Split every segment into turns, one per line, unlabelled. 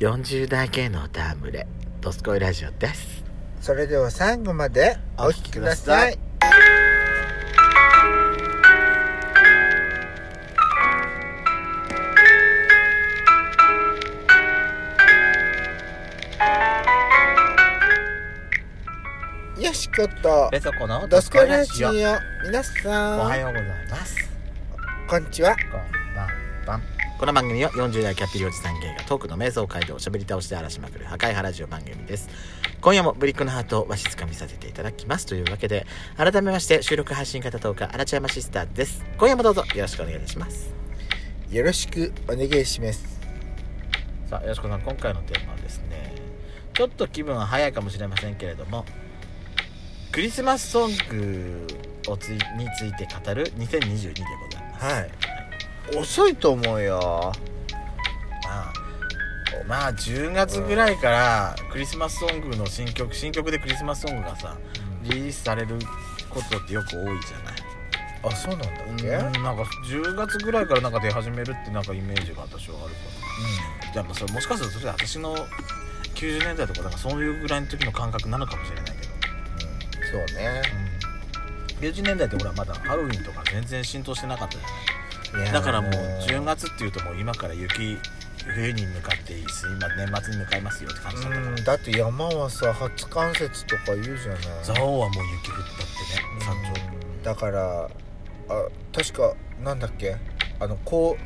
40代系のダムレドスコイラジオです
それでは最後までお聞きくださいよしこと
ソコの
ドスコイラジオ皆さん
おはようございます
こんにちは
こんばんばんこの番組は40代キャッピリおじさん芸がトークの瞑想街道をしゃべり倒して荒らしまくる破壊ハラジオ番組です今夜もブリックのハートをわしづかみさせていただきますというわけで改めまして収録配信型トーカー荒ちゃまシスターです今夜もどうぞよろしくお願いいたします
よろしくお願いします
さあよしこさん今回のテーマはですねちょっと気分は早いかもしれませんけれどもクリスマスソングをついについて語る2022でございます
はい遅いと思うよ
まあ、まあ10月ぐらいからクリスマスソングの新曲新曲でクリスマスソングがさリリースされることってよく多いじ
あそうなんだっけ
ゃない、うん、なんか10月ぐらいからなんか出始めるってなんかイメージが私はあるからじゃあまあそれもしかするとそれ私の90年代とかなんかそういうぐらいの時の感覚なのかもしれないけど、
そうね
うん、90年代ってほらまだハロウィンとか全然浸透してなかったじゃないだからもう10月っていうともう今から雪冬に向かっていいす今年末に向かいますよって感じだったから、
うんだって山はさ初冠雪とか言うじゃない
蔵王はもう雪降ったってね山頂
だからあ確かなんだっけあのこ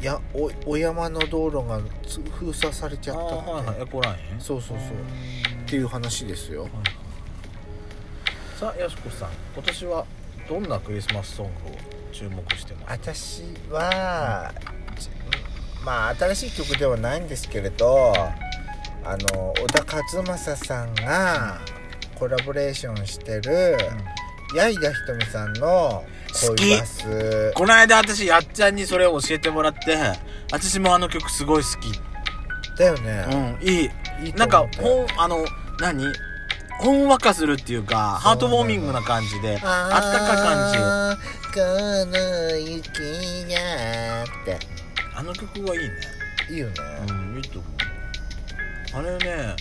うやおお山の道路がつ封鎖されちゃったって、
はいはいエコライン
そうそうそうっていう話ですよ
はいさあやしこさん今年はどんなクリスマスソングを注目してます
私は、じまあ新しい曲ではないんですけれどあの小田和正さんがコラボレーションしてる矢井田ひとみさんの
好き
恋バス
この間私やっちゃんにそれを教えてもらって私もあの曲すごい好き
だよね、
うんいい
いいと思う
なんかほんあの何ほんわかするっていうかハートウォーミングな感じであったか感じ
じこの雪がって
あの曲はいいね。
いいよね、
うん、いいと思う。あれね、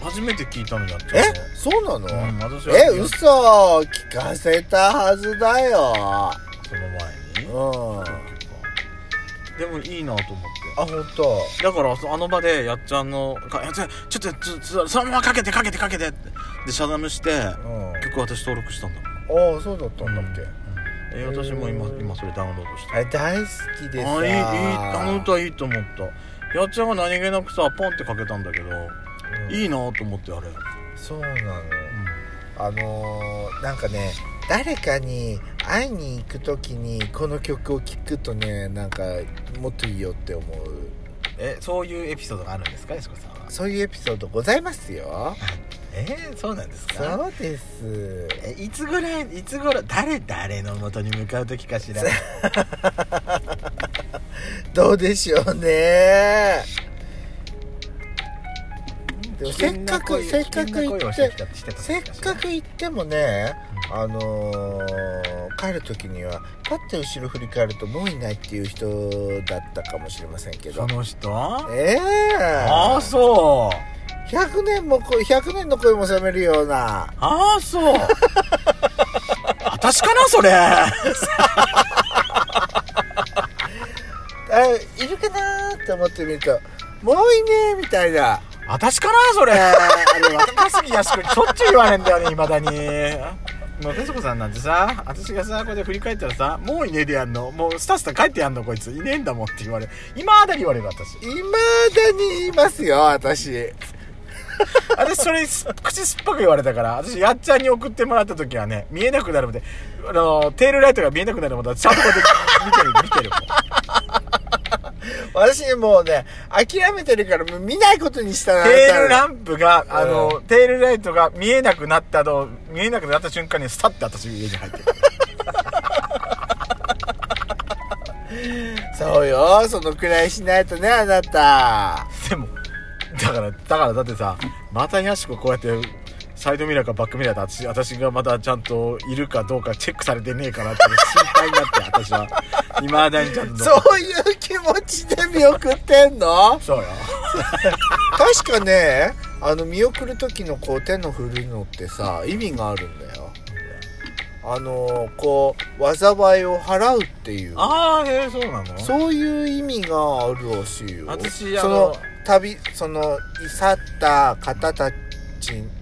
初めて聞いたのやっち
え
ゃう
そうなの、
の。うん、私は。
え嘘聞かせたはずだよ
その前に。
うん
でもいいなと思って。
あ本当。
だからそあの場でやっちゃんの「かやっちゃんちょっとちょちょそのままかけてかけてかけて」ってでシャダムして
うん
曲私登録したんだもん
ああそうだったんだっけ、
え私も今
うん
今それダウンロードして
あれ大好きでさ
あいいいいあの歌いいと思ったやっちゃんが何気なくさポンってかけたんだけど
うん
いいなと思ってあれ、うん、
そうなのあのー、なんかね誰かに会いに行く時にこの曲を聴くとねなんかもっといいよって思う
えそういうエピソードがあるんですかやしこさんは
そういうエピソードございますよ
えー、そうなんですか
そうです
えいつぐらいいつ頃誰誰の元に向かう時かしら
どうでしょうねで
危
も
険な恋
せっかく
危険な恋を
せっ
してきたしてた
せっかく行ってもねあのー帰る時にはパッて後ろ振り返るともういないっていう人だったかもしれませんけど
その人
ええ
ああそう
100年もこ100年の恋も覚めるような
ああ そう私かなそれ
あいるかなーって思ってみるともういねーみたいな
私かなそれあれ若杉やしこにしょっちゅう言われんだよねいまだにもう徹子さんなんてさ私がさこれで振り返ったらさ「もういねえでやんのもうスタスタ帰ってやんのこいついねえんだもん」って言われいまだに言われる私
いまだに言いますよ私
私それす口酸っぱく言われたから私やっちゃんに送ってもらった時はね見えなくなるまであのテールライトが見えなくなるまでちゃんとこうやって見てる見て る
私もうね諦めてるからもう見ないことにしたな
テール
あ
ランプがあの、テールライトが見えなくなったの見えなくなった瞬間にスタッて私家に入ってる
なたそうよそのくらいしないとねあなた
でもだからだからだってさまたやしここうやってサイドミラーかバックミラーで私私がまだちゃんといるかどうかチェックされてねえかなって心配になって私はいまだにちゃんと
そういう気持ちで見送ってんの
そうよ
確かねあの見送る時のこう手の振るのってさ意味があるんだよあのこう災いを払うっていう
ああへえそうなの
そういう意味があるらしいよ
私あ
そ
の
の旅その去った方たち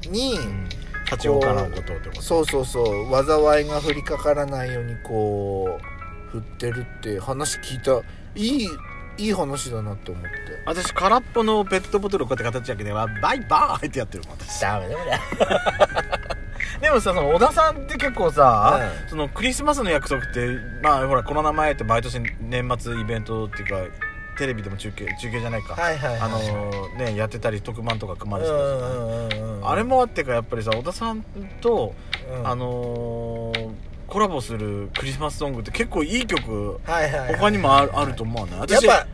に、
うん立ち往からのことってこと
そうそうそう災いが降りかからないようにこう振ってるって話聞いたいいいい話だなって思って
私空っぽのペットボトルをこうやって形だけではバイバーイってやってるもん私
ダメだめだ
でもさその小田さんって結構さ、
う
そのクリスマスの約束ってまあほらコロナ前って毎年年末イベントっていうかテレビでも中継中継じゃないか、
はいはい、はい、
あのーねやってたり特番とか組まれてたじゃない
うんうんうんうん
あれ、もあってかやっぱりさ小田さんと、
うん
あのーコラボするクリスマスソングって結構いい曲
はいはいはい
他にもあるあると思わない
やっ
私
ぱ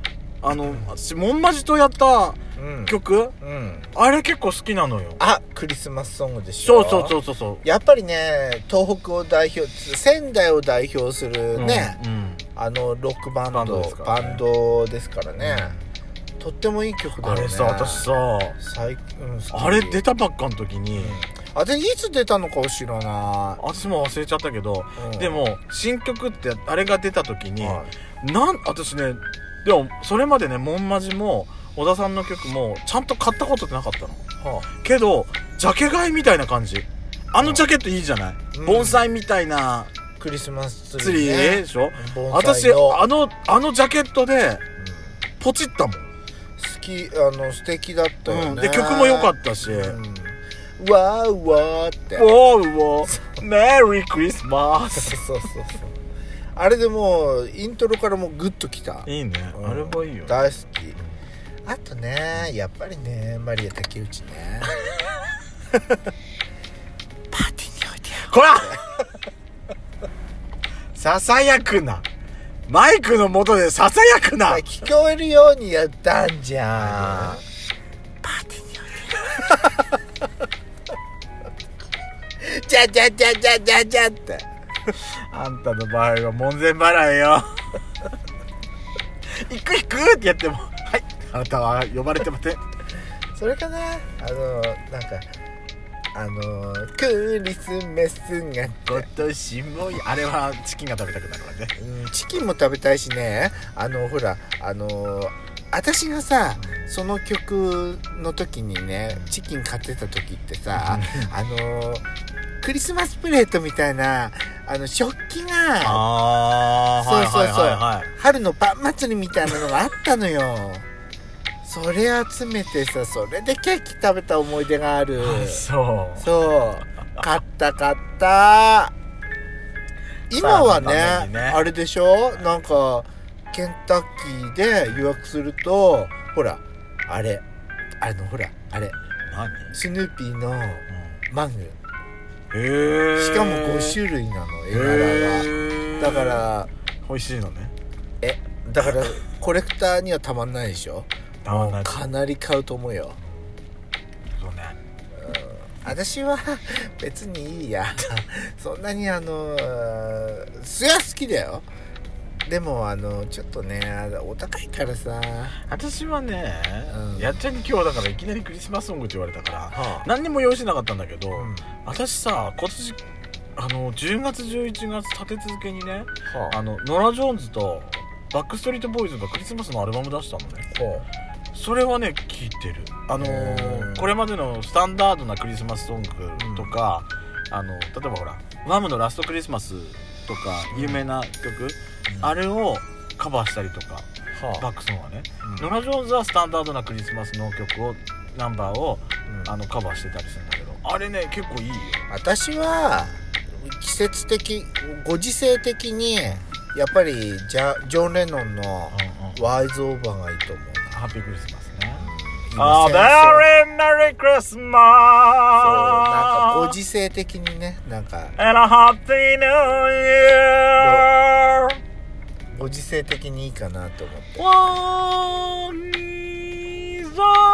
あの私モンマジとやった
うん、
曲、
うん、
あれ結構好きなのよ
あクリスマスソングでし
そ
ょ
うそうそうそうそ
やっぱりね東北を代表仙台を代表する
う
ね、
うんうん
あのロックバンド
バ
バ
ン
ン
ド
ド
ですからね
ですからね、とってもいい曲だ
あ
よね
れさ私さ
最近、うん、好き
あれ出たばっかの時に、
私いつ出たのかを知らな
私も忘れちゃったけど、
い、うん
でも新曲ってあれが出た時に、
は
なん私ねでもそれまでねモンマジも小田さんの曲もちゃんと買ったことってなかったの
いは
けどジャケ買いみたいな感じあのジャケットいいじゃない、
うん
盆栽みたいな
あクリスマスツ
ツ
リ
リ
ー、
ー
ね、
でしょ、
盆
私
栽の
あのあのジャケットで
うん
ポチったもん、
好きあの素敵だったよね、
うん、で曲も良かったし、
うん、わーわーって
ウォーウォーメリークリスマス
そうそうそうそうあれでもうイントロからもうグッときた
いいね、
うん
あれはいいよ
大好きあとねやっぱりねマリア竹内 ねパーティーにおいて
こらささやくなマイクの元でささやくな
聞こえるようにやったんじゃんパーティーにおいて じゃじゃじゃじゃじゃじゃって
あんたの場合は門前払いよ行く行くってやってもはいあなたは呼ばれてません
それかなあのなんかあのクリスマスが
今年もいいあれはチキンが食べたくなるわね
うんチキンも食べたいしねあのほらあの私がさその曲の時にねチキン買ってた時ってさあのクリスマスプレートみたいなあの食器が
あ
ーはいはいはい
はい
春のパン祭りみたいなのがあったのよそれ集めてさそれでケーキ食べた思い出がある
そう
そう買った買った今は
さあ
ね
またね
あれでしょなんかケンタッキーで予約するとほらあれあのほらあれ
何、
スヌーピーのマグ
へえ
しかも5種類なの絵柄が
へえ
だから
美味しいのね
えだからコレクターにはたまんないでしょ
たまんない
かなり買うと思うよ
そうね
私は別にいいや そんなにあのすや好きだよでもあのちょっとねお高いからさ、
私はね、
うん
やっちゃんに今日だからいきなりクリスマスソングって言われたから
は
何にも用意してなかったんだけど、
あうん
私さ今年あの10月11月立て続けにね
は
あのノラ・ジョーンズとバックストリート・ボーイズがクリスマスのアルバム出したのね
ほ
それはね聴いてるあの
へ
ー
ー
これまでのスタンダードなクリスマスソングとか、あの例えばほら「ワムのラストクリスマス」とか
うん
有名な曲、
うん
あれをカバーしたりとかバックソンはね、ノラ・ジョーンズはスタンダードなクリスマスの曲をナンバーを
うん
あのカバーしてたりするんだけどあれね結構いいよ
私は季節的ご時世的にやっぱりジャジョン・レノンの「ワイズ・オーバー」がいいと思うな
ハッピークリスマスね
今
あ
戦争
ー、メリーメリークリス
そうなんか
マ
ご
ス
時世的にねなんか
And a happy new year
ご時世的にいいかなと思って
One is over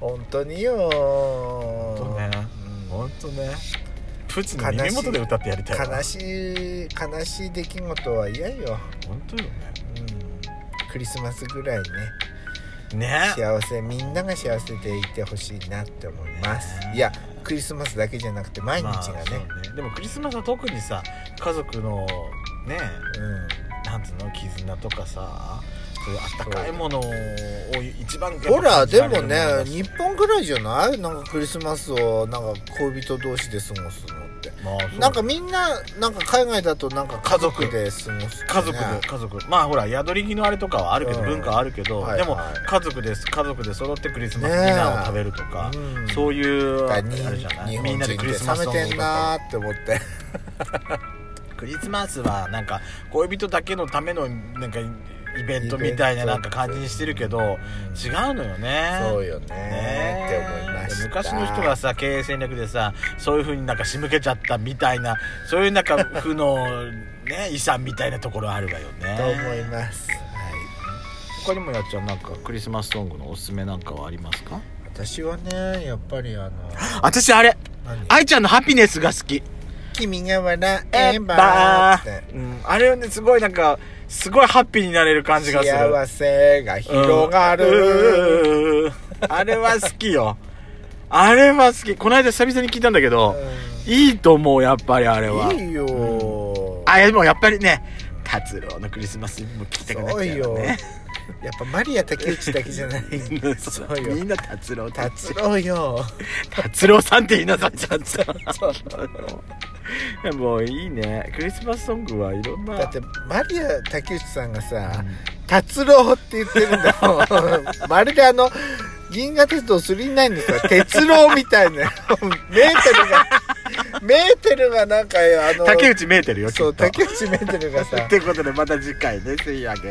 本当によ
当ね
うん
本当ねプチの耳元で歌ってやりたいわ
悲しい悲しい出来事は嫌よ、
本当よね
うん、クリスマスぐらいね
ね
幸せみんなが幸せでいてほしいなって思います
ね
いやクリスマスだけじゃなくて毎日
まあそ
が
う
ね,、
でもクリスマスは特にさ家族のねなんつうの絆とかさそういうあったかいものを一番やっぱ
うんほら
感じ
で
られ
も
るの
ね
が
日本ぐらいじゃないなんかクリスマスをなんか恋人同士で過ごすのって
まあそう
なんかみんななんか海外だとなんか家族で過ごすね、
家族で家族まあほら宿り着のあれとかはあるけど、
うん
文化はあるけど、
はい
でも
はい
家族です家族で揃ってクリスマスデ
ねえ
ィナーを食べるとか、
うん
そういうあれ
だに
じゃない
日
みんな
本
で
人っ
ク
て
リスマス
冷
ソン
め
グ
てんなーって思って
クリスマスはなんか恋人だけのためのなんかイベントみたいななんか感じにしてるけど違うのよね
そうよね
ね
ーって思いました
昔の人がさ経営戦略でさそういうふうになんか仕向けちゃったみたいなそういうなんか負の、ね、遺産みたいなところあるわよね
と思います、はい、
他にもやっちゃんなんかクリスマスソングのおすすめなんかはありますか
私はねやっぱりあの
私あれ
何
愛ちゃんのハピネスが好き
君が笑
エ
え
ン
ば
バ
っ
ー
て、
うん、あれはねすごいなんかすごいハッピーになれる感じがする
幸せが広がる、
うんあれは好きよあれは好きこの間久々に聞いたんだけど、いいと思うやっぱりあれは
うんいいよー、
あでもやっぱりね達郎のクリスマスも聞きたくなっ
そう
ちゃうよ
よ
ね
やっぱマリア竹内だけじゃない
そう
そう
み
よ
んな達郎達
達
郎
郎よ
達郎さんって言いなさいちゃん
そう
ともういいねクリスマスソングはいろんな
だってマリア竹内さんがさ
うん
「達郎」って言ってるんだも んまるであの銀河鉄道9のさ鉄郎みたいなメーテルがメーテルがなんかあの
竹内メーテルよきっ
そう
と
竹内メーテルがさ
ということでまた次回ね水曜あげ